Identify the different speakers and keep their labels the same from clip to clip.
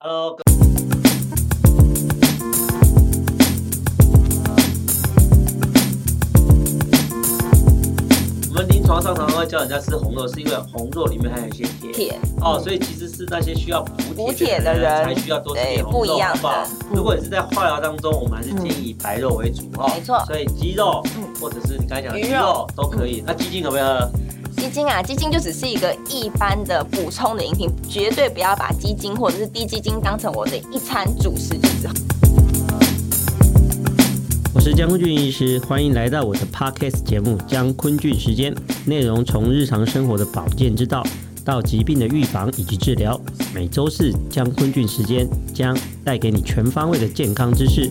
Speaker 1: Hello，我们临床上常常会叫人家吃红肉，是因为红肉里面含有一些铁
Speaker 2: 铁，
Speaker 1: 哦，所以其实是那些需要补
Speaker 2: 补
Speaker 1: 铁
Speaker 2: 铁的人
Speaker 1: 才需要多吃
Speaker 2: 对
Speaker 1: 点红
Speaker 2: 不
Speaker 1: 肉，
Speaker 2: 一样
Speaker 1: 好不好
Speaker 2: 的？嗯
Speaker 1: 如果你是在化疗当中，我们还是建议以白肉为主哈，
Speaker 2: 没错
Speaker 1: 所以鸡肉
Speaker 2: 嗯
Speaker 1: 或者是你刚才讲的
Speaker 2: 鱼
Speaker 1: 鱼肉
Speaker 2: 肉嗯
Speaker 1: 都可以。那鸡精可不可以喝？
Speaker 2: 鸡精啊，鸡精就只是一个一般的补充的饮品，绝对不要把鸡精或者是低鸡精当成我的一餐主食，就是
Speaker 3: 我是江坤俊医师，欢迎来到我的 podcast 节目《江坤俊时间》，内容从日常生活的保健之道到疾病的预防以及治疗。每周四江坤俊时间将带给你全方位的健康知识。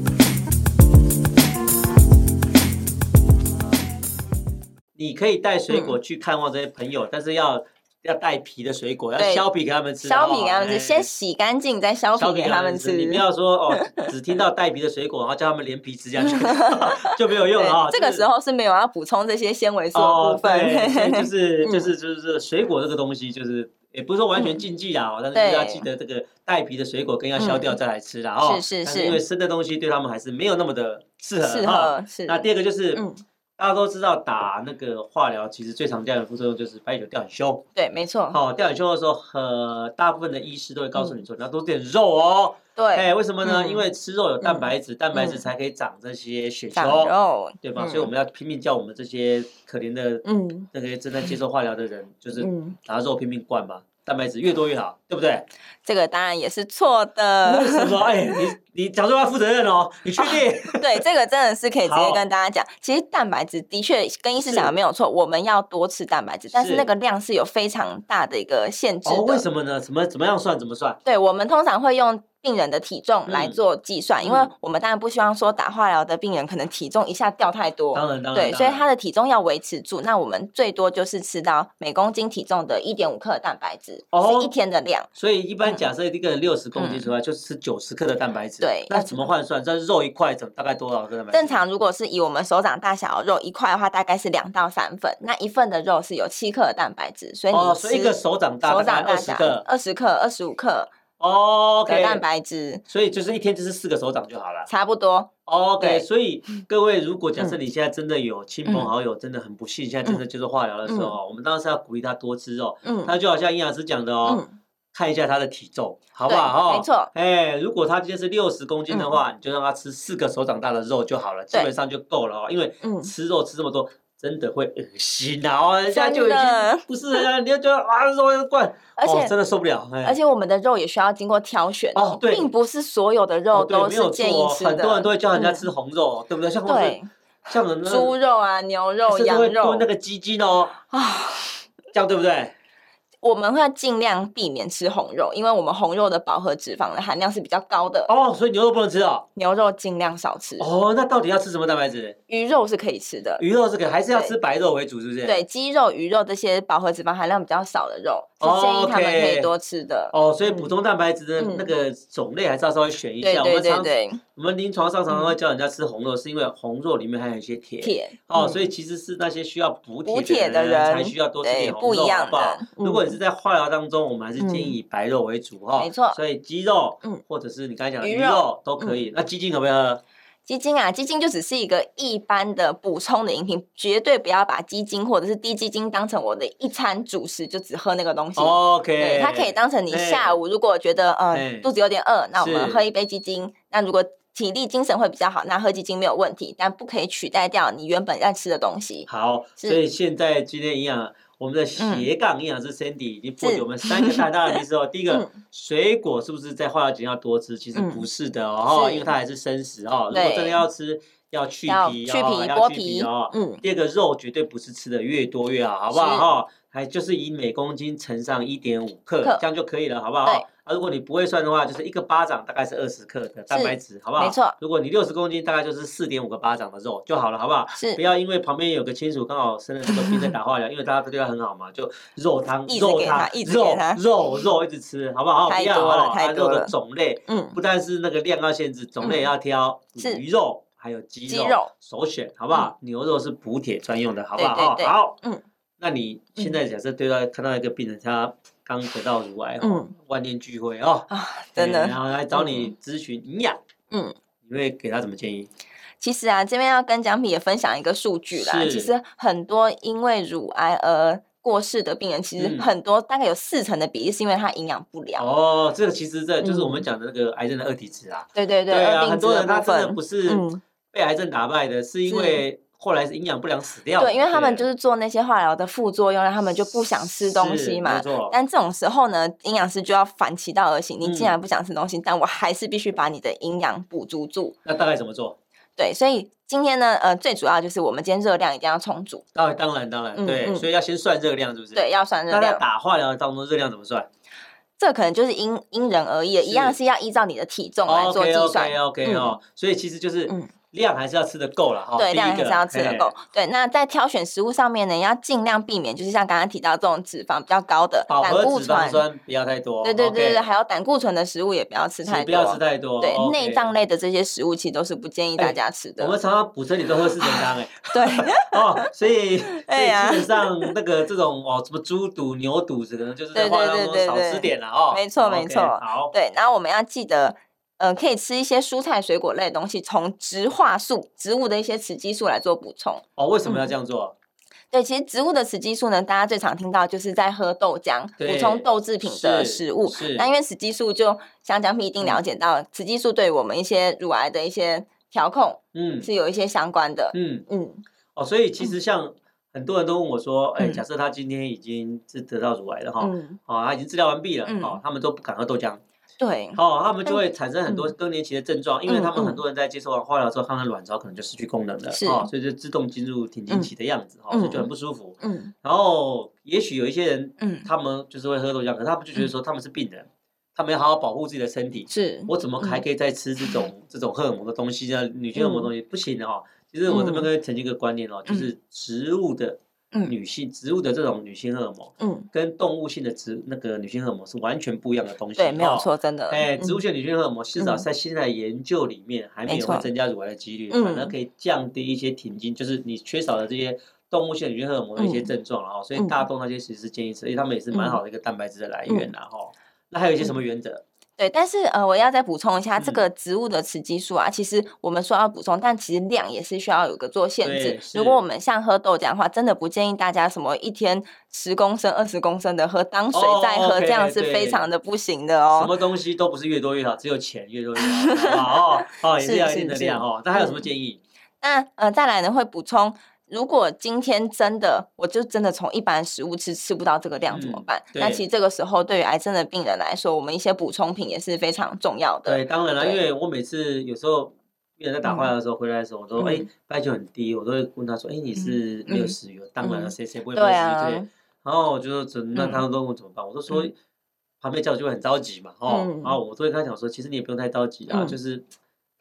Speaker 1: 你可以带水
Speaker 2: 嗯
Speaker 1: 果去看望这些朋友，但是要要带皮的水果，要
Speaker 2: 对
Speaker 1: 削皮给他们吃，
Speaker 2: 削
Speaker 1: 好不
Speaker 2: 皮
Speaker 1: 好
Speaker 2: 给他们
Speaker 1: 哎
Speaker 2: 吃，先洗干净再削皮
Speaker 1: 削
Speaker 2: 给他们吃。
Speaker 1: 你不要 说哦，只听到带皮的水果，然后叫他们连皮吃下去，就没有用了哈
Speaker 2: 对，。啊这个
Speaker 1: 就是
Speaker 2: 时候是没有要补充这些纤维素的
Speaker 1: 哦
Speaker 2: 部，
Speaker 1: 对，所以就
Speaker 2: 分。
Speaker 1: 是
Speaker 2: 嗯
Speaker 1: 就是就是水果这个东西，就是也不是说完全禁忌啦，哦但是就是要记得这个带皮的水果更要削掉再来吃啦哦。
Speaker 2: 是嗯是
Speaker 1: 但
Speaker 2: 是
Speaker 1: 因为生的东西对他们还是没有那么的适合
Speaker 2: 适
Speaker 1: 哈。
Speaker 2: 合 是
Speaker 1: 那第二个就是
Speaker 2: 嗯。
Speaker 1: 大家都知道打那个化疗，其实最常见的副作用就是白血球掉很凶。
Speaker 2: 对，没错，
Speaker 1: 好、掉很凶的时候，呃，大部分的医师都会告诉你说，你要多吃点肉哦。
Speaker 2: 对，
Speaker 1: 哎，为什么呢？
Speaker 2: 嗯
Speaker 1: 因为吃肉有蛋白质，蛋白质
Speaker 2: 嗯
Speaker 1: 才可以长这些血球，
Speaker 2: 长肉，
Speaker 1: 对吧？
Speaker 2: 嗯
Speaker 1: 所以我们要拼命叫我们这些可怜的、
Speaker 2: 嗯
Speaker 1: 那些正在接受化疗的人，就是
Speaker 2: 嗯，
Speaker 1: 拿肉拼命灌吧，蛋白质越多越好，对不对？
Speaker 2: 这个当然也是错的
Speaker 1: 为。什么？哎，你你讲说要负责任哦，你确定？
Speaker 2: 对，这个真的是可以直
Speaker 1: 好
Speaker 2: 接跟大家讲。其实蛋白质的确跟医师讲的
Speaker 1: 是
Speaker 2: 没有错，我们要多吃蛋白质，但是那
Speaker 1: 是
Speaker 2: 个量是有非常大的一个限制的。
Speaker 1: 哦，为什么呢？怎么怎么样算？怎么算？
Speaker 2: 对，我们通常会用病人的体重来
Speaker 1: 嗯
Speaker 2: 做计算，因为
Speaker 1: 嗯
Speaker 2: 我们当然不希望说打化疗的病人可能体重一下掉太多。
Speaker 1: 当然，当然，
Speaker 2: 对，
Speaker 1: 当
Speaker 2: 所以
Speaker 1: 然
Speaker 2: 他的体重要维持住。那我们最多就是吃到每公斤体重的一点五克的蛋白质，
Speaker 1: 哦
Speaker 2: 是一天的量。
Speaker 1: 所以一
Speaker 2: 嗯
Speaker 1: 般假设一个人六十公斤出来，就吃九十克的蛋白质。
Speaker 2: 对
Speaker 1: 那怎么换算？这肉一块怎么大概多少克蛋白质？
Speaker 2: 正常如果是以我们手掌大小的肉一块的话，大概是两到三份。那一份的肉是有七克的蛋白质，所以你吃、
Speaker 1: 哦，所以一个手掌大，
Speaker 2: 手
Speaker 1: 大
Speaker 2: 掌
Speaker 1: 概
Speaker 2: 大
Speaker 1: 二十
Speaker 2: 小
Speaker 1: 克。
Speaker 2: 二十克、二十五克
Speaker 1: 哦
Speaker 2: 的
Speaker 1: ，OK，
Speaker 2: 蛋白质，
Speaker 1: 所以就是一天就是四个手掌就好了。
Speaker 2: 差不多。
Speaker 1: OK，
Speaker 2: 对嗯
Speaker 1: 所以各位，如果假设你现在真的有亲朋好友，真的很不幸，现在真的接受化疗的时候，我们当然是要鼓励他多吃肉。
Speaker 2: 嗯
Speaker 1: 他就好像营养师讲的哦，
Speaker 2: 嗯，
Speaker 1: 看一下他的体重，好不
Speaker 2: 对
Speaker 1: 好？哦
Speaker 2: 没错嗯
Speaker 1: 哎，如果他今天是六十公斤的话，你就让他吃四个手掌大的肉就好了，基
Speaker 2: 对
Speaker 1: 本上就够了哦。因为
Speaker 2: 嗯
Speaker 1: 吃肉吃这么多，真的会恶心啊！哦，人家
Speaker 2: 真
Speaker 1: 就已
Speaker 2: 的
Speaker 1: 经不是人家，你就觉得啊肉要灌，
Speaker 2: 而且
Speaker 1: 哦真的受不了。哎
Speaker 2: 而且我们的肉也需要经过挑选的
Speaker 1: 哦对
Speaker 2: 并不是所有的肉
Speaker 1: 哦对
Speaker 2: 都
Speaker 1: 没
Speaker 2: 是
Speaker 1: 有
Speaker 2: 建
Speaker 1: 错
Speaker 2: 议
Speaker 1: 哦
Speaker 2: 吃的。
Speaker 1: 很多人都会叫人家
Speaker 2: 嗯
Speaker 1: 吃红肉，哦对不对？像红
Speaker 2: 对
Speaker 1: 肉，像人
Speaker 2: 猪肉啊、牛肉、
Speaker 1: 甚至
Speaker 2: 羊
Speaker 1: 会
Speaker 2: 肉
Speaker 1: 炖那个鸡精哦，
Speaker 2: 啊，
Speaker 1: 这样对不对？
Speaker 2: 我们会尽量避免吃红肉，因为我们红肉的饱和脂肪的含量是比较高的，
Speaker 1: 哦，所以牛肉不能吃哦。
Speaker 2: 牛肉尽量少吃，
Speaker 1: 哦，那到底要吃什么蛋白质？
Speaker 2: 鱼肉是可以吃的。
Speaker 1: 鱼肉这个还是要
Speaker 2: 对
Speaker 1: 吃白肉为主，是不是？
Speaker 2: 对，鸡肉、鱼肉这些饱和脂肪含量比较少的肉，是
Speaker 1: 哦
Speaker 2: 建议他们可以
Speaker 1: OK
Speaker 2: 多吃的。
Speaker 1: 哦，所以补充蛋白质的
Speaker 2: 嗯
Speaker 1: 那个种类还是要稍微选一
Speaker 2: 对
Speaker 1: 下。我
Speaker 2: 对
Speaker 1: 们
Speaker 2: 对嗯
Speaker 1: 常
Speaker 2: 对，
Speaker 1: 我们临床上常常会教人家吃红肉，是因为红肉里面含有一些铁。
Speaker 2: 铁
Speaker 1: 哦，
Speaker 2: 嗯
Speaker 1: 所以其实是那些需要补
Speaker 2: 补铁
Speaker 1: 的
Speaker 2: 的
Speaker 1: 人
Speaker 2: 人
Speaker 1: 才需要多吃点
Speaker 2: 对
Speaker 1: 红
Speaker 2: 不
Speaker 1: 肉，
Speaker 2: 一
Speaker 1: 好
Speaker 2: 样
Speaker 1: 不好
Speaker 2: 的？
Speaker 1: 如果你是在化疗当中，我们还是建
Speaker 2: 嗯
Speaker 1: 议以白肉为主哈。
Speaker 2: 没错
Speaker 1: 所以鸡肉
Speaker 2: 嗯，
Speaker 1: 或者是你刚才讲的
Speaker 2: 鱼
Speaker 1: 鱼
Speaker 2: 肉嗯
Speaker 1: 肉都可以。那鸡精可不可以喝？
Speaker 2: 鸡精啊，鸡精就只是一个一般的补充的饮品，绝对不要把鸡精或者是低鸡精当成我的一餐主食，就只喝那个东西。对，
Speaker 1: 哦 OK，
Speaker 2: 它可以当成你下午如果觉得
Speaker 1: 哎
Speaker 2: 呃肚子有点饿，那我们
Speaker 1: 是
Speaker 2: 喝一杯鸡精。那如果体力精神会比较好，那喝鸡精没有问题，但不可以取代掉你原本在吃的东西。
Speaker 1: 好，
Speaker 2: 是嗯
Speaker 1: 所以现在今天营养，我们的斜杠营养师 Sandy 已经破解
Speaker 2: 是
Speaker 1: 我们三个大大的迷思哦。第一个
Speaker 2: 嗯，
Speaker 1: 水果是不是在化疗前要多吃？其实
Speaker 2: 嗯
Speaker 1: 不是的哦，
Speaker 2: 是
Speaker 1: 因为它还是生食哦。如
Speaker 2: 对
Speaker 1: 果真的要吃，要去皮
Speaker 2: 要
Speaker 1: 哦，
Speaker 2: 去皮
Speaker 1: 要
Speaker 2: 剥
Speaker 1: 去
Speaker 2: 皮
Speaker 1: 皮哦。
Speaker 2: 嗯，
Speaker 1: 第二个肉绝对不是吃的越多越好，好不好
Speaker 2: 是
Speaker 1: 哈？还就是以每公斤乘上一点五克
Speaker 2: 克，
Speaker 1: 这样就可以了，好不好
Speaker 2: 对？
Speaker 1: 啊，如果你不会算的话，就是一个巴掌大概是二十克的蛋白质，好不好？
Speaker 2: 没错
Speaker 1: 如果你六十公斤，大概就是四点五个巴掌的肉就好了，好不好？
Speaker 2: 是
Speaker 1: 不要因为旁边有个亲属刚好生了这个病在打化疗，因为大家都对他很好嘛，就肉汤
Speaker 2: 一、直
Speaker 1: 肉
Speaker 2: 给
Speaker 1: 汤
Speaker 2: 他一、直
Speaker 1: 肉
Speaker 2: 给他
Speaker 1: 肉肉一直吃，好不好？
Speaker 2: 太
Speaker 1: 不要
Speaker 2: 多了
Speaker 1: 哦
Speaker 2: 太
Speaker 1: 啊
Speaker 2: 多
Speaker 1: 肉的
Speaker 2: 了
Speaker 1: 种类，
Speaker 2: 嗯
Speaker 1: 不但是那个量要限制，种类也要挑
Speaker 2: 是
Speaker 1: 鱼肉还有鸡
Speaker 2: 鸡肉嗯
Speaker 1: 首选，好不好？牛肉是补铁专用的，好不好？
Speaker 2: 对对对
Speaker 1: 好，
Speaker 2: 嗯。
Speaker 1: 那你现在假设对到看到一个病人，他刚得到乳癌，
Speaker 2: 嗯
Speaker 1: 万念俱灰哦，
Speaker 2: 啊，真
Speaker 1: 对然
Speaker 2: 的，
Speaker 1: 后来找你咨询营养，
Speaker 2: 嗯。
Speaker 1: 你会给他怎么建议？
Speaker 2: 其实啊，这边要跟蒋品也分享一个数据啦。
Speaker 1: 是
Speaker 2: 其实很多因为乳癌而过世的病人，其实
Speaker 1: 嗯
Speaker 2: 很多、大概有四成的比例是因为他营养不良。
Speaker 1: 哦，这个其实这就是我们讲的那个癌症的二体质啊。
Speaker 2: 对对对，而
Speaker 1: 啊，
Speaker 2: 病
Speaker 1: 很
Speaker 2: 质
Speaker 1: 多人他
Speaker 2: 部
Speaker 1: 真的
Speaker 2: 分
Speaker 1: 不，是
Speaker 2: 嗯
Speaker 1: 被癌症打败的，是因
Speaker 2: 是
Speaker 1: 为后来是营养不良死掉的。
Speaker 2: 对，因为他们
Speaker 1: 对
Speaker 2: 就是做那些化疗的副作用，让他们就不想吃东
Speaker 1: 是
Speaker 2: 西
Speaker 1: 没
Speaker 2: 嘛。
Speaker 1: 错
Speaker 2: 但这种时候呢，营养师就要反其道而行。你既
Speaker 1: 嗯
Speaker 2: 然不想吃东西，但我还是必须把你的营养补足住。
Speaker 1: 那大概怎么做？
Speaker 2: 对，所以今天呢，呃，最主要就是我们今天热量一定要充足，
Speaker 1: 当然当然当然，
Speaker 2: 嗯
Speaker 1: 对，
Speaker 2: 嗯
Speaker 1: 所以要先算热量，是不是？
Speaker 2: 对，。要算热
Speaker 1: 那在
Speaker 2: 量。
Speaker 1: 打化疗当中热量怎么算？
Speaker 2: 这可能就是因因人而异，一样
Speaker 1: 是
Speaker 2: 是要依照你的体重来做计
Speaker 1: OK OK
Speaker 2: 算。
Speaker 1: OK
Speaker 2: 嗯
Speaker 1: 哦，所以其实就是
Speaker 2: 嗯
Speaker 1: 量还是要吃的够了哈。
Speaker 2: 对，
Speaker 1: 哦第一
Speaker 2: 量还
Speaker 1: 个
Speaker 2: 是要吃得够。。对，那在挑选食物上面呢，要尽量避免，就是像刚刚提到这种脂肪比较高的
Speaker 1: 嘿饱
Speaker 2: 胆
Speaker 1: 和
Speaker 2: 固
Speaker 1: 脂肪
Speaker 2: 醇，
Speaker 1: 酸不要太多。
Speaker 2: 对对对对，
Speaker 1: OK，
Speaker 2: 还有胆固醇的食物也不要吃太
Speaker 1: 是
Speaker 2: 多。
Speaker 1: 不要吃太多。
Speaker 2: 对，
Speaker 1: OK 哎
Speaker 2: 内脏。类的这些食物其实都是不建议大家吃的。
Speaker 1: 我们常常补身体都喝四神汤哎，
Speaker 2: 对
Speaker 1: 哦，所 以所以基
Speaker 2: 哎呀
Speaker 1: 本上那个这种哦，什么猪肚、牛肚子，可能就是在
Speaker 2: 对
Speaker 1: 化
Speaker 2: 对
Speaker 1: 疗
Speaker 2: 对
Speaker 1: 中
Speaker 2: 对
Speaker 1: 少
Speaker 2: 对
Speaker 1: 吃点了哦。
Speaker 2: 没错
Speaker 1: 好
Speaker 2: 没
Speaker 1: OK，
Speaker 2: 错
Speaker 1: 好，
Speaker 2: 对，然后我们要记得。呃，可以吃一些蔬菜、水果类的东西，从植化素、植物的一些雌激素来做补充。
Speaker 1: 哦，为什么要这样做？
Speaker 2: 对，其实植物的雌激素呢，大家最常听到就是在喝豆浆，
Speaker 1: 对
Speaker 2: 补充豆制品的食物。
Speaker 1: 是嗯
Speaker 2: 那因为雌激素就像蒋皮一定了解到，雌激素对我们一些乳癌的一些调控
Speaker 1: 嗯
Speaker 2: 是有一些相关的。
Speaker 1: 嗯
Speaker 2: 嗯，
Speaker 1: 哦，所以其实像很多人都问我说，哎，
Speaker 2: 嗯
Speaker 1: 假设他今天已经是得到乳癌了哈，
Speaker 2: 嗯，
Speaker 1: 哦，他已经治疗完毕了，
Speaker 2: 嗯
Speaker 1: 哦，他们都不敢喝豆浆，
Speaker 2: 对，
Speaker 1: 哦，他们就会产生很多更年期的症状，因为他们
Speaker 2: 嗯
Speaker 1: 很多人在接受完化疗之后，他们的卵巢可能就失去功能了，
Speaker 2: 是
Speaker 1: 哦，所以就自动进入停经期的样子，哦，
Speaker 2: 嗯
Speaker 1: 所以就很不舒服。
Speaker 2: 嗯
Speaker 1: 然后也许有一些人，
Speaker 2: 嗯，
Speaker 1: 他们就是会喝豆浆，可是他们就觉得说他们是病人，他们要好好保护自己的身体，
Speaker 2: 是，
Speaker 1: 我怎么
Speaker 2: 嗯
Speaker 1: 还可以再吃这种、这种荷尔蒙的东西呢？女性荷尔蒙的东西、
Speaker 2: 嗯
Speaker 1: 不行的哦。其实我这边跟曾经一个观念哦，就是植物的
Speaker 2: 嗯
Speaker 1: 女性、植物的这种女性荷尔蒙
Speaker 2: 嗯，
Speaker 1: 跟动物性的植那个女性荷尔蒙是完全不一样的东西。
Speaker 2: 对，没有
Speaker 1: 哦。
Speaker 2: 错，真的。
Speaker 1: 哎，
Speaker 2: 嗯
Speaker 1: 植物性女性荷尔蒙至少在现在研究里面还没
Speaker 2: 没
Speaker 1: 有
Speaker 2: 错
Speaker 1: 会增加乳癌的几率，
Speaker 2: 嗯
Speaker 1: 反而可以降低一些停经，就是你缺少了这些动物性女性荷尔蒙的一些
Speaker 2: 嗯
Speaker 1: 症状了哦。所以
Speaker 2: 嗯
Speaker 1: 大豆那些其实是建议吃，而且它们也是蛮好的一个蛋白质的来源啦哈。那还有一些什么
Speaker 2: 嗯
Speaker 1: 原则？
Speaker 2: 对，但是呃，我要再补充一下，这
Speaker 1: 嗯
Speaker 2: 个植物的雌激素啊，其实我们说要补充，但其实量也是需要有个做限
Speaker 1: 对
Speaker 2: 制。
Speaker 1: 是
Speaker 2: 如果我们像喝豆浆的话，真的不建议大家什么一天十公升、二十公升的喝，当水
Speaker 1: 哦
Speaker 2: 再喝，
Speaker 1: ，OK，
Speaker 2: 这样是
Speaker 1: 对
Speaker 2: 非常的不行的
Speaker 1: 什
Speaker 2: 哦。
Speaker 1: 么东西都不是越多越好，只有钱越多越好，好不好？哦，哦，也是
Speaker 2: 是
Speaker 1: 要一定
Speaker 2: 是
Speaker 1: 的
Speaker 2: 是嗯
Speaker 1: 量哦。那还有什么建议？
Speaker 2: 那呃，再来呢会补充。如果今天真的，我就真的从一般食物吃吃不到这个量怎么
Speaker 1: 嗯
Speaker 2: 办？那
Speaker 1: 对
Speaker 2: 其实这个时候，对于癌症的病人来说，我们一些补充品也是非常重要的。
Speaker 1: 对，当然了，
Speaker 2: 对
Speaker 1: 因为我每次有时候病人在打
Speaker 2: 嗯
Speaker 1: 化疗的时候回来的时候，我说：“
Speaker 2: 嗯
Speaker 1: 哎，白酒很低。”我都会问他说：“哎，你是没有
Speaker 2: 嗯
Speaker 1: 食欲？”当然了，
Speaker 2: 嗯
Speaker 1: 谁谁不会没有
Speaker 2: 对
Speaker 1: 食
Speaker 2: 啊
Speaker 1: 欲？对。然后我就说：“怎那
Speaker 2: 嗯
Speaker 1: 他们都问我怎么办？”我就说
Speaker 2: 嗯：“
Speaker 1: 旁边叫我就会很着急嘛，哦。”
Speaker 2: 嗯
Speaker 1: 然后我都会跟他讲说：“其实你也不用太着急啊，
Speaker 2: 嗯
Speaker 1: 就是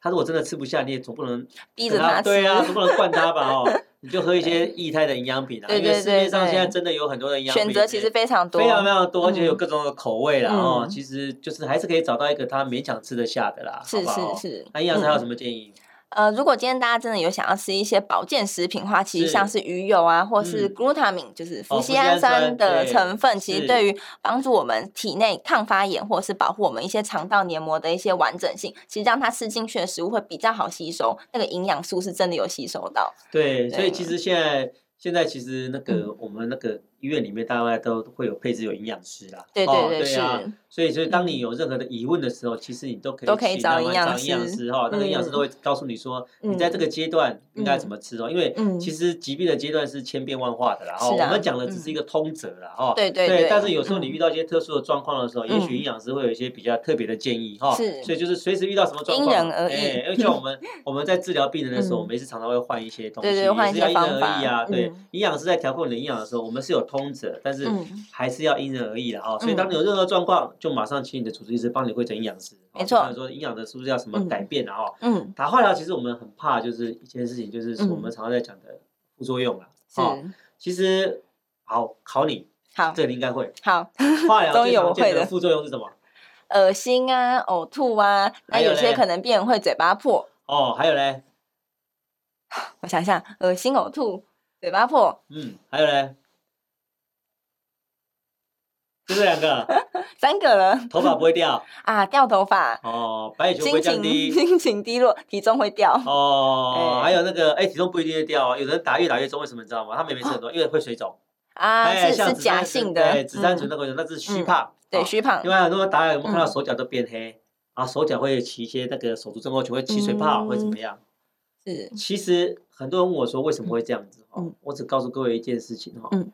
Speaker 1: 他如果真的吃不下，你也总不能
Speaker 2: 逼
Speaker 1: 给
Speaker 2: 着他吃，
Speaker 1: 对啊，总不能灌他吧？哦， 你就喝一些液态的营养品啊，
Speaker 2: 对
Speaker 1: 因为
Speaker 2: 对
Speaker 1: 市面
Speaker 2: 对
Speaker 1: 上现在
Speaker 2: 对
Speaker 1: 真的有很多的营养品，
Speaker 2: 选择其实非常多，
Speaker 1: 非常非常多，而且有
Speaker 2: 嗯
Speaker 1: 各种的口味啦。哦，
Speaker 2: 嗯
Speaker 1: 其实就是还是可以找到一个他勉强吃得下的啦，
Speaker 2: 是
Speaker 1: 好不好
Speaker 2: 是是，
Speaker 1: 那营养师还有
Speaker 2: 嗯
Speaker 1: 什么建议？
Speaker 2: 呃，如果今天大家真的有想要吃一些保健食品的话，其实像
Speaker 1: 是
Speaker 2: 是鱼油啊，或是
Speaker 1: 嗯
Speaker 2: glutamine，就是
Speaker 1: 哦
Speaker 2: 氟
Speaker 1: 氟西
Speaker 2: 西
Speaker 1: 氨
Speaker 2: 氨
Speaker 1: 酸
Speaker 2: 酸的
Speaker 1: 对
Speaker 2: 成分，其
Speaker 1: 是
Speaker 2: 实对于帮助我们体内抗发炎，或是保护我们一些肠道黏膜的一些完整性，其实让它吃进去的食物会比较好吸收，那个营养素是真的有吸收到。
Speaker 1: 对，所以
Speaker 2: 对啊嗯
Speaker 1: 其实现在现在其实那个我们那个医院里面大概都会有配置有营养师啦，
Speaker 2: 对
Speaker 1: 哦
Speaker 2: 对对，
Speaker 1: 对啊。
Speaker 2: 是，嗯
Speaker 1: 所以所以当你有任何的疑问的时候，其实你都可以
Speaker 2: 都可以
Speaker 1: 去
Speaker 2: 找
Speaker 1: 慢慢
Speaker 2: 营养
Speaker 1: 找营养
Speaker 2: 师
Speaker 1: 师哈，那个营养师
Speaker 2: 嗯
Speaker 1: 都会告诉你说，你
Speaker 2: 嗯
Speaker 1: 在这个阶段应该怎
Speaker 2: 嗯
Speaker 1: 么吃哦，因为
Speaker 2: 嗯
Speaker 1: 其实疾病的阶段是千变万化的啦，哈，
Speaker 2: 是
Speaker 1: 我
Speaker 2: 啊
Speaker 1: 们讲的只是一个通则啦，哦哈，
Speaker 2: 对对
Speaker 1: 对
Speaker 2: 对，
Speaker 1: 但是有时候你
Speaker 2: 嗯
Speaker 1: 遇到一些特殊的状况的时候，也许
Speaker 2: 嗯
Speaker 1: 营养师会有一些比较特别的建议哈。
Speaker 2: 是
Speaker 1: 所以就是随时遇到什么状
Speaker 2: 因
Speaker 1: 况，
Speaker 2: 人而异
Speaker 1: 哎因为像我 们我们在治疗病人的时候，
Speaker 2: 嗯
Speaker 1: 我们也是常常会换一些东西，
Speaker 2: 对对
Speaker 1: 也
Speaker 2: 换
Speaker 1: 是
Speaker 2: 一
Speaker 1: 要
Speaker 2: 些
Speaker 1: 因人
Speaker 2: 方法
Speaker 1: 而异啊。对
Speaker 2: 嗯，
Speaker 1: 营养师在调控你的营养的时候，我们是有通则，但是
Speaker 2: 嗯
Speaker 1: 还是要因人而异的哈。所以
Speaker 2: 嗯
Speaker 1: 当你有任何状况，就马上请你的主治医师帮你会诊营养师。哦
Speaker 2: 没错
Speaker 1: 就看说营养的是不是要什么
Speaker 2: 嗯
Speaker 1: 改变啊？哈，
Speaker 2: 嗯
Speaker 1: 打化疗其实我们很怕就是一件事情，就是
Speaker 2: 嗯
Speaker 1: 我们常常在讲的副作用啦。
Speaker 2: 是
Speaker 1: 哦，其实好考你，
Speaker 2: 好
Speaker 1: 这个你应该会。
Speaker 2: 好
Speaker 1: 化疗
Speaker 2: 终于
Speaker 1: 最
Speaker 2: 有
Speaker 1: 常见
Speaker 2: 会
Speaker 1: 的
Speaker 2: 的
Speaker 1: 副作用是什么？
Speaker 2: 恶心啊，呕吐啊，那
Speaker 1: 还有
Speaker 2: 有些
Speaker 1: 嘞
Speaker 2: 可能病人会嘴巴破。
Speaker 1: 哦，还有嘞，
Speaker 2: 我想一下，恶心、
Speaker 1: 嗯
Speaker 2: 呕吐、嘴巴破，
Speaker 1: 嗯，还有嘞，就这两 个，
Speaker 2: 三个了
Speaker 1: 头发不会掉
Speaker 2: 啊，掉头发，
Speaker 1: 哦，白血球不
Speaker 2: 心
Speaker 1: 会降
Speaker 2: 情
Speaker 1: 低
Speaker 2: 心情低落，体重会掉。
Speaker 1: 哦，
Speaker 2: 哎
Speaker 1: 还有那个，哎，体重不一定会掉哦，有的人打越打越重，为什么你知道吗？他们也没吃很多，因为会水肿。
Speaker 2: 啊，
Speaker 1: 哎
Speaker 2: 是
Speaker 1: 像
Speaker 2: 是
Speaker 1: 紫
Speaker 2: 假
Speaker 1: 杉
Speaker 2: 性
Speaker 1: 对，
Speaker 2: 的，
Speaker 1: 紫杉醇
Speaker 2: 嗯
Speaker 1: 那个那是虚
Speaker 2: 嗯
Speaker 1: 胖，
Speaker 2: 对
Speaker 1: 哦
Speaker 2: 虚胖
Speaker 1: 另，外很多打野，我们看到
Speaker 2: 嗯
Speaker 1: 手脚都变黑，啊，手脚会起一些那个手足症候群，会起水
Speaker 2: 嗯
Speaker 1: 泡，会怎么样？
Speaker 2: 是
Speaker 1: 其实很多人问我说为什么会这样子哈、
Speaker 2: 嗯
Speaker 1: 我只告诉各位一件事情哈、
Speaker 2: 嗯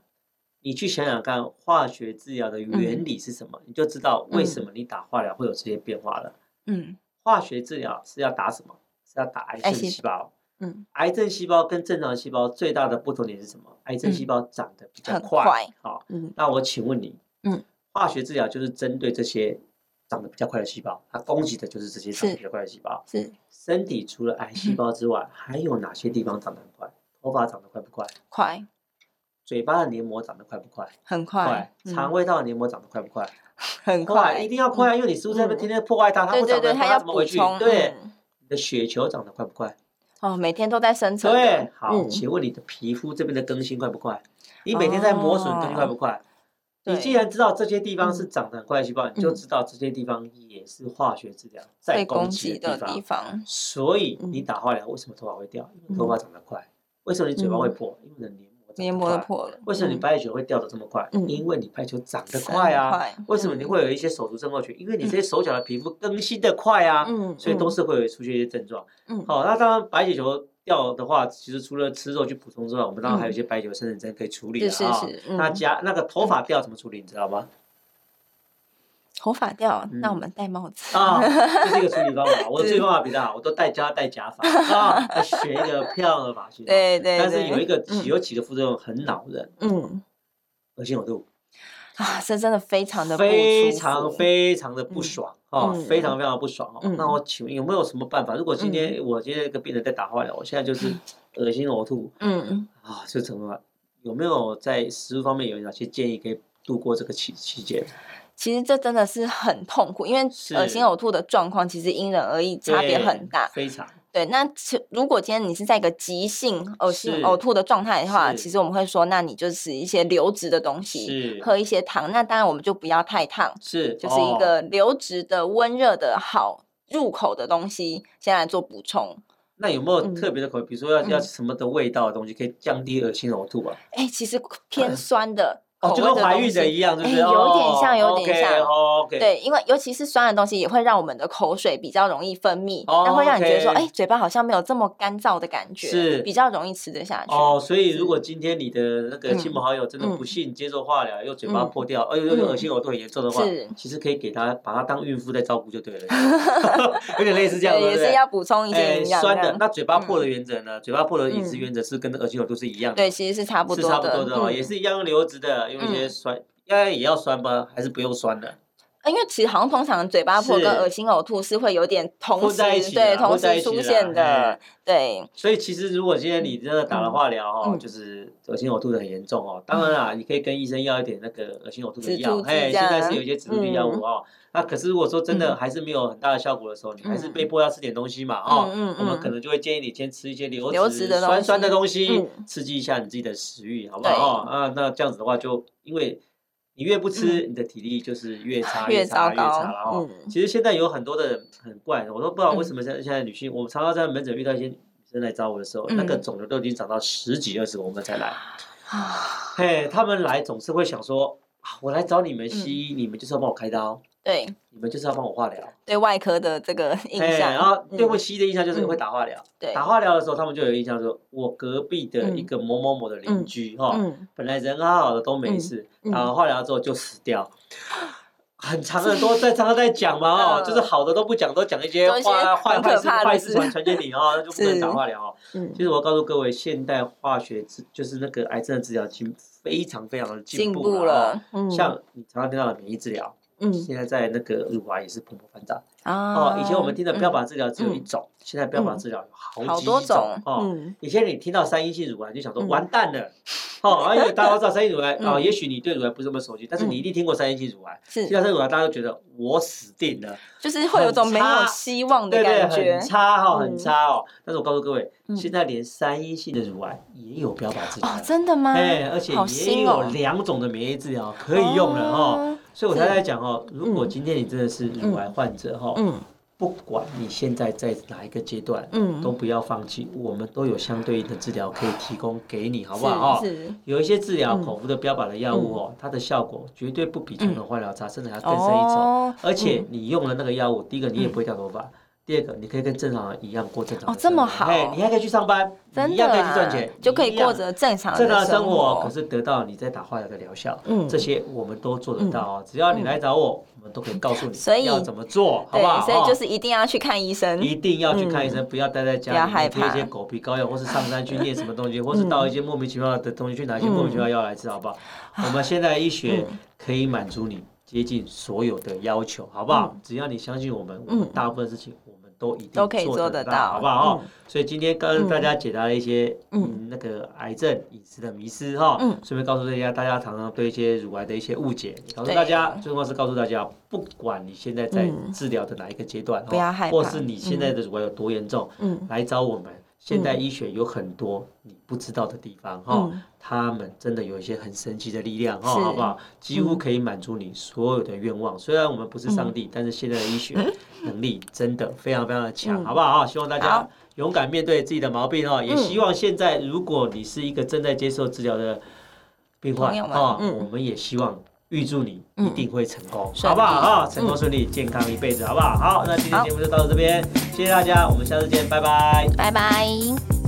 Speaker 1: 你去想想看化学治疗的
Speaker 2: 嗯
Speaker 1: 原理是什么，你就知道为什么你打化疗会有这些变化了。
Speaker 2: 嗯
Speaker 1: 化学治疗是要打什么？是要打癌症
Speaker 2: 癌细
Speaker 1: 细胞。
Speaker 2: 嗯，
Speaker 1: 癌症细胞跟正常细胞最大的不同点是什么？癌症细胞长得比较
Speaker 2: 嗯很快
Speaker 1: 好、
Speaker 2: 嗯
Speaker 1: 那我请问你，
Speaker 2: 嗯，
Speaker 1: 化学治疗就是针对这些长得比较快的细胞，它攻击的就是这些长得比较快的细胞。
Speaker 2: 是
Speaker 1: 身体除了癌
Speaker 2: 嗯
Speaker 1: 细胞之外，还有哪些地方长得很快？头发长得快不快？
Speaker 2: 快
Speaker 1: 嘴巴的黏膜长得快不快？
Speaker 2: 很快，嗯
Speaker 1: 肠胃道的黏膜长得快不快？
Speaker 2: 很快嗯
Speaker 1: 一，定要快啊！因为你食物在那边天天破坏它，它
Speaker 2: 对
Speaker 1: 不
Speaker 2: 对
Speaker 1: 长
Speaker 2: 对，
Speaker 1: 得
Speaker 2: 它
Speaker 1: 快，
Speaker 2: 要
Speaker 1: 怎么
Speaker 2: 补
Speaker 1: 回去
Speaker 2: 充，？
Speaker 1: 对，
Speaker 2: 嗯
Speaker 1: 你的血球长得快不快？
Speaker 2: 哦，每天都在生成的，
Speaker 1: 对，好，
Speaker 2: 嗯
Speaker 1: 请问你的皮肤这边的更新快不快？你每天在磨损更新快不快？
Speaker 2: 哦
Speaker 1: 你既然知道这些地方是
Speaker 2: 嗯
Speaker 1: 长得很快的细胞，你就知道这些地方也是化学治疗在
Speaker 2: 被
Speaker 1: 攻
Speaker 2: 攻
Speaker 1: 击
Speaker 2: 击
Speaker 1: 的
Speaker 2: 的
Speaker 1: 地
Speaker 2: 地
Speaker 1: 方。
Speaker 2: 方，
Speaker 1: 所以
Speaker 2: 嗯
Speaker 1: 你打化疗为什么头发会掉？因为头发长得快。为什么你嘴巴会破？因为你的黏膜长得
Speaker 2: 嗯黏膜
Speaker 1: 快
Speaker 2: 破了。
Speaker 1: 为什么你
Speaker 2: 嗯
Speaker 1: 白血球会掉的这么快？
Speaker 2: 嗯
Speaker 1: 因为你白血球长得
Speaker 2: 很
Speaker 1: 快啊。
Speaker 2: 快
Speaker 1: 为什么你会有一些手足症候群？因为你这些手脚的皮肤更新的快啊。
Speaker 2: 嗯，
Speaker 1: 所以都
Speaker 2: 嗯
Speaker 1: 是会有出现一些症状。
Speaker 2: 嗯
Speaker 1: 好、那当然白血球掉的话，其实除了吃肉去补充之外，我们当然还有一
Speaker 2: 嗯
Speaker 1: 些白血球生成针可以处理的
Speaker 2: 是是
Speaker 1: 啊。
Speaker 2: 是，
Speaker 1: 那
Speaker 2: 嗯
Speaker 1: 加那个头发掉怎么处理，你知道吗？
Speaker 2: 头发掉，那我
Speaker 1: 嗯
Speaker 2: 们戴帽 子
Speaker 1: 啊，这是一个处理方法。我的
Speaker 2: 是
Speaker 1: 处理方法比较好，我都戴加戴假 发啊，要学一个漂亮的发型。
Speaker 2: 对对，
Speaker 1: 但是有
Speaker 2: 对
Speaker 1: 一个
Speaker 2: 嗯
Speaker 1: 有几个副作用很恼人，
Speaker 2: 嗯
Speaker 1: 恶心呕吐，
Speaker 2: 啊，这真的非常的
Speaker 1: 非常
Speaker 2: 非
Speaker 1: 非常的不爽啊，
Speaker 2: 嗯
Speaker 1: 非常非常不爽哦
Speaker 2: 嗯。
Speaker 1: 那我请问有没有什么办法？如果今天我今天一个病人在打化疗，我现在 就是恶心呕吐，
Speaker 2: 嗯
Speaker 1: 啊，就怎么有没有在食物方面有哪些建议可以度过这个期期间？
Speaker 2: 其实这真的是很痛苦，因为
Speaker 1: 是
Speaker 2: 恶心呕吐的状况其实因人而异，差别
Speaker 1: 对
Speaker 2: 很大。
Speaker 1: 非常
Speaker 2: 对，那其如果今天你是在一个急性恶心
Speaker 1: 是
Speaker 2: 呕吐的状态的话，
Speaker 1: 是
Speaker 2: 其实我们会说，那你就是一些流质的东西，
Speaker 1: 是
Speaker 2: 喝一些汤。那当然我们就不要太烫，
Speaker 1: 是
Speaker 2: 就是一
Speaker 1: 哦
Speaker 2: 个流质的、温热的好入口的东西，先来做补充。
Speaker 1: 那有没有
Speaker 2: 嗯
Speaker 1: 特别的口味？比如说要要
Speaker 2: 嗯
Speaker 1: 什么的味道的东西可以降低恶心呕吐啊？
Speaker 2: 哎，其实偏酸的
Speaker 1: 哦，
Speaker 2: 口
Speaker 1: 就
Speaker 2: 味
Speaker 1: 跟
Speaker 2: 的
Speaker 1: 怀
Speaker 2: 东
Speaker 1: 孕的
Speaker 2: 西
Speaker 1: 一样，哦对不
Speaker 2: 哎
Speaker 1: 对？
Speaker 2: 有点像有点像
Speaker 1: o k
Speaker 2: 对，因为尤其是酸的东西，也会让我们的口水比较容易分泌，
Speaker 1: 哦
Speaker 2: 那会让你觉得说，
Speaker 1: ，OK
Speaker 2: 哎、嘴巴好像没有这么干燥的感觉，
Speaker 1: 是
Speaker 2: 比较容易吃得下去。
Speaker 1: 哦，所以如果今天你的那个
Speaker 2: 嗯
Speaker 1: 亲朋好友真的不
Speaker 2: 嗯
Speaker 1: 幸接受化疗，又嘴巴
Speaker 2: 嗯
Speaker 1: 破掉，哎呦，又
Speaker 2: 嗯
Speaker 1: 恶心呕吐很严重的话
Speaker 2: 是，
Speaker 1: 其实可以给他把他当孕妇在照顾就对了， 有点类似这样，对
Speaker 2: 对，也
Speaker 1: 不对
Speaker 2: 是要补充一些
Speaker 1: 哎，
Speaker 2: 营养、
Speaker 1: 酸
Speaker 2: 这
Speaker 1: 的
Speaker 2: 样，
Speaker 1: 那嘴巴破的原则呢？嘴巴破的饮食
Speaker 2: 嗯
Speaker 1: 原则是跟恶心呕吐是一样的，
Speaker 2: 对，其实是差不
Speaker 1: 是
Speaker 2: 多
Speaker 1: 差
Speaker 2: 的，
Speaker 1: 不多的哦，也
Speaker 2: 嗯
Speaker 1: 是一样用流质的，用一些
Speaker 2: 嗯
Speaker 1: 酸，应该也要酸吧？还是不用酸的？
Speaker 2: 因为其实好像通常嘴巴破
Speaker 1: 是
Speaker 2: 跟恶心呕吐是会有点同
Speaker 1: 混
Speaker 2: 时
Speaker 1: 在一起的
Speaker 2: 对
Speaker 1: 啦混
Speaker 2: 同
Speaker 1: 在一
Speaker 2: 时
Speaker 1: 起的
Speaker 2: 出
Speaker 1: 啦
Speaker 2: 现的
Speaker 1: 哎，
Speaker 2: 对，
Speaker 1: 所以其实如果今天你真的打了化疗哦，
Speaker 2: 嗯
Speaker 1: 就是恶心呕吐的很严重哦。当然啦，你可以跟医生要一点那个恶心呕吐的
Speaker 2: 止
Speaker 1: 药，
Speaker 2: 吐剂
Speaker 1: 嘿，现
Speaker 2: 这样
Speaker 1: 在是有一些止吐剂药物哦。那可是如果说真的
Speaker 2: 嗯
Speaker 1: 还是没有很大的效果的时候，你还是
Speaker 2: 嗯
Speaker 1: 被迫要吃点东西嘛哦。
Speaker 2: 嗯嗯
Speaker 1: 我们
Speaker 2: 嗯
Speaker 1: 可能就会建议你先吃一些流
Speaker 2: 流
Speaker 1: 质
Speaker 2: 质的东
Speaker 1: 酸酸的
Speaker 2: 西
Speaker 1: 东西，
Speaker 2: 嗯
Speaker 1: 刺激一下你自己的食欲，好不好？哦啊，那这样子的话就因为。你越不吃，你的体力就是越差
Speaker 2: 嗯 越
Speaker 1: 差
Speaker 2: 糟
Speaker 1: 越差
Speaker 2: 糕
Speaker 1: 了哦。
Speaker 2: 嗯
Speaker 1: 其实现在有很多的人很怪，我都不知道为
Speaker 2: 嗯
Speaker 1: 什么现在现在女性，我常常在门诊遇到一些女生来找我的时候，那个
Speaker 2: 嗯
Speaker 1: 肿瘤都已经长到十几二十公分才来。
Speaker 2: 啊，
Speaker 1: 嘿，他们来总是会想说，啊我来找你
Speaker 2: 嗯
Speaker 1: 们西医，你们就是要帮我开刀，
Speaker 2: 对
Speaker 1: 你们就是要帮我化疗。
Speaker 2: 对外科的这个印
Speaker 1: 嘿，
Speaker 2: 象，
Speaker 1: 然后对
Speaker 2: 嗯
Speaker 1: 我西医的印象就是
Speaker 2: 嗯
Speaker 1: 会打化疗。
Speaker 2: 对，
Speaker 1: 打化疗的时候，他们就有印象说，我隔壁的一
Speaker 2: 嗯
Speaker 1: 个某某某的邻
Speaker 2: 嗯
Speaker 1: 居哈，
Speaker 2: 嗯，
Speaker 1: 本来人好好的都没
Speaker 2: 嗯
Speaker 1: 事，
Speaker 2: 嗯
Speaker 1: 打完化疗之后就死 掉。很长很多在常常在讲嘛哦，
Speaker 2: 嗯
Speaker 1: 就是好的都不讲，都讲一些
Speaker 2: 做一些
Speaker 1: 坏坏
Speaker 2: 很
Speaker 1: 坏
Speaker 2: 可
Speaker 1: 事
Speaker 2: 怕的
Speaker 1: 坏事
Speaker 2: 事
Speaker 1: 传传给你哦，那就不能打
Speaker 2: 是
Speaker 1: 化疗哦。
Speaker 2: 嗯
Speaker 1: 其实我告诉各位，现代化学治就是那个癌症的治疗已经非常非常的进
Speaker 2: 进
Speaker 1: 步了
Speaker 2: 步了
Speaker 1: 哦。，
Speaker 2: 嗯
Speaker 1: 像你常常听到的免疫治疗，
Speaker 2: 嗯
Speaker 1: 现在在那个乳癌也是蓬勃发展
Speaker 2: 啊
Speaker 1: 哦。以前我们听的标靶治疗只有一
Speaker 2: 嗯
Speaker 1: 种，现在标靶
Speaker 2: 嗯
Speaker 1: 治疗有好
Speaker 2: 好
Speaker 1: 几
Speaker 2: 多
Speaker 1: 种
Speaker 2: 种，
Speaker 1: 哦。
Speaker 2: 嗯，
Speaker 1: 以前你听到三阴性乳癌就想说
Speaker 2: 嗯
Speaker 1: 完蛋了， 哦，而且大家都知道三阴乳癌啊，
Speaker 2: 嗯
Speaker 1: 也许你对乳癌不是那么熟悉，但是你一定听过三阴性乳癌。听
Speaker 2: 是
Speaker 1: 到三阴乳癌，大家都觉得我死定了，
Speaker 2: 就是会有种没有
Speaker 1: 很差
Speaker 2: 希望的
Speaker 1: 对对，
Speaker 2: 感觉
Speaker 1: 很。差哈，
Speaker 2: 嗯
Speaker 1: 很差哦。但是我告诉各位
Speaker 2: 嗯，
Speaker 1: 现在连三阴性的乳癌也有标靶治疗
Speaker 2: 哦，
Speaker 1: 了。
Speaker 2: 真的吗？
Speaker 1: 哎，而且
Speaker 2: 好
Speaker 1: 也
Speaker 2: 新
Speaker 1: 有
Speaker 2: 哦，
Speaker 1: 两种的免疫治疗可以用了哦，所以我才
Speaker 2: 是
Speaker 1: 在讲哦，如果今天你真的是乳癌患者哈，
Speaker 2: 嗯
Speaker 1: 不管你现在在哪一个阶段，
Speaker 2: 嗯，
Speaker 1: 都不要放弃，我们都有相对应的治疗可以提供给你，好不好？哦，
Speaker 2: 是是
Speaker 1: 有一些治疗
Speaker 2: 嗯
Speaker 1: 口服的标靶的药物哦，它的效果绝对不比传统化疗差，甚至还要更胜一筹。
Speaker 2: 哦
Speaker 1: 而且
Speaker 2: 嗯
Speaker 1: 你用了那个药物，第一个你也不会掉头发，第二个你可以跟正常人一样过正常的
Speaker 2: 哦这么
Speaker 1: 生活
Speaker 2: 好
Speaker 1: 哎，你还可以去上班，你
Speaker 2: 真
Speaker 1: 一
Speaker 2: 的
Speaker 1: 样可以
Speaker 2: 啊
Speaker 1: 去赚钱，
Speaker 2: 就可
Speaker 1: 你
Speaker 2: 以
Speaker 1: 一样
Speaker 2: 过着正常
Speaker 1: 正常
Speaker 2: 的
Speaker 1: 的生活，可
Speaker 2: 活。
Speaker 1: 是得到你在打化疗的疗效。
Speaker 2: 嗯
Speaker 1: 这些我们都做得到哦，只要你来找我，我们都可以告诉
Speaker 2: 所以
Speaker 1: 你要怎么做，好
Speaker 2: 对
Speaker 1: 不好？，
Speaker 2: 所以
Speaker 1: 哦
Speaker 2: 就是一定要去看医生。嗯
Speaker 1: 一定要去看医生，不要待在家里，
Speaker 2: 不要害
Speaker 1: 贴一些
Speaker 2: 怕嗯
Speaker 1: 狗皮膏药，或是上山去念什么东西，或是到一些莫名其妙的东西去拿一些莫名其妙的药来吃，好不好？
Speaker 2: 嗯
Speaker 1: 我们现在医学可以满足你接近所有的要求，好不好？只要你相信我们，我们大部分事情我们都一定
Speaker 2: 嗯都可以
Speaker 1: 做
Speaker 2: 做
Speaker 1: 得
Speaker 2: 得
Speaker 1: 到，
Speaker 2: 到
Speaker 1: 好不好？哦
Speaker 2: 嗯
Speaker 1: 所以今天跟大家解答了一些
Speaker 2: 嗯
Speaker 1: 嗯那个癌症饮食的迷思哈
Speaker 2: 嗯，
Speaker 1: 顺便告诉大家，大家常常对一些乳癌的一些误解，告诉
Speaker 2: 对
Speaker 1: 大家，最重要是告诉大家，不管你现在在
Speaker 2: 嗯
Speaker 1: 治疗的哪一个阶段，
Speaker 2: 不要害怕
Speaker 1: 哦或是你现在的乳癌有多严重，
Speaker 2: 嗯，
Speaker 1: 来找我们。现代医学有很多你不知道的地方哈、
Speaker 2: 嗯
Speaker 1: 他们真的有一些很神奇的力量哈、
Speaker 2: 是嗯
Speaker 1: 好不好？几乎可以满足你所有的愿望。虽然我们不是上帝，但是现在的医 学能力真的非常非常的强，
Speaker 2: 嗯
Speaker 1: 好不好？希望大家
Speaker 2: 好
Speaker 1: 勇敢面对自己的毛病哦，也
Speaker 2: 嗯
Speaker 1: 希望现在如果你是一个正在接受治疗的病患
Speaker 2: 朋友们
Speaker 1: 哦
Speaker 2: 嗯
Speaker 1: 我们也希望。预祝你一
Speaker 2: 嗯
Speaker 1: 定会成功，
Speaker 2: 顺利
Speaker 1: 好不好？啊，成功顺利，健康一辈子，好不好？好，那今天
Speaker 2: 好
Speaker 1: 节目就到这边，谢谢大家，我们下次见，拜拜。
Speaker 2: 拜拜。